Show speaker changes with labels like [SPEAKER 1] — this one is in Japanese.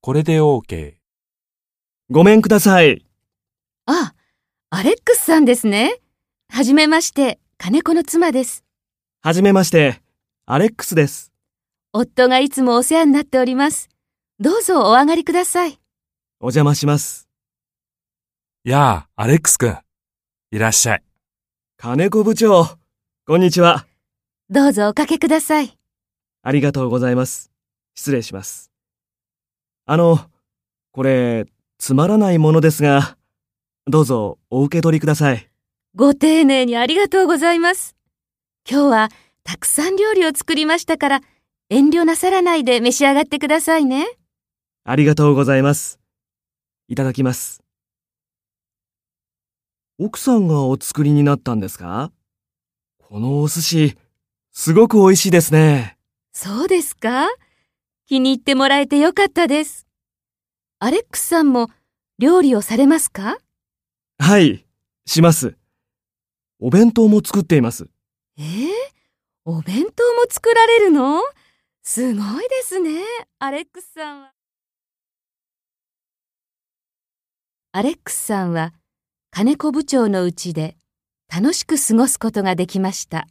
[SPEAKER 1] これで OK。
[SPEAKER 2] ごめんください。
[SPEAKER 3] あ、アレックスさんですね。はじめまして、金子の妻です。
[SPEAKER 2] はじめまして。アレックスです。
[SPEAKER 3] 夫がいつもお世話になっております。どうぞお上がりください。
[SPEAKER 2] お邪魔します。
[SPEAKER 1] やあ、アレックスくん。いらっしゃい。
[SPEAKER 2] 金子部長。こんにちは。
[SPEAKER 3] どうぞおかけください。
[SPEAKER 2] ありがとうございます。失礼します。あの、これ、つまらないものですが、どうぞお受け取りください。
[SPEAKER 3] ご丁寧にありがとうございます。今日はたくさん料理を作りましたから、遠慮なさらないで召し上がってくださいね。
[SPEAKER 2] ありがとうございます。いただきます。奥さんがお作りになったんですかこのお寿司、すごく美味しいですね。
[SPEAKER 3] そうですか気に入ってもらえてよかったです。アレックスさんも料理をされますか
[SPEAKER 2] はい、します。お弁当も作っています。
[SPEAKER 3] えー、お弁当も作られるのすごいですね、アレックスさんは。アレックスさんは金子部長のうちで楽しく過ごすことができました。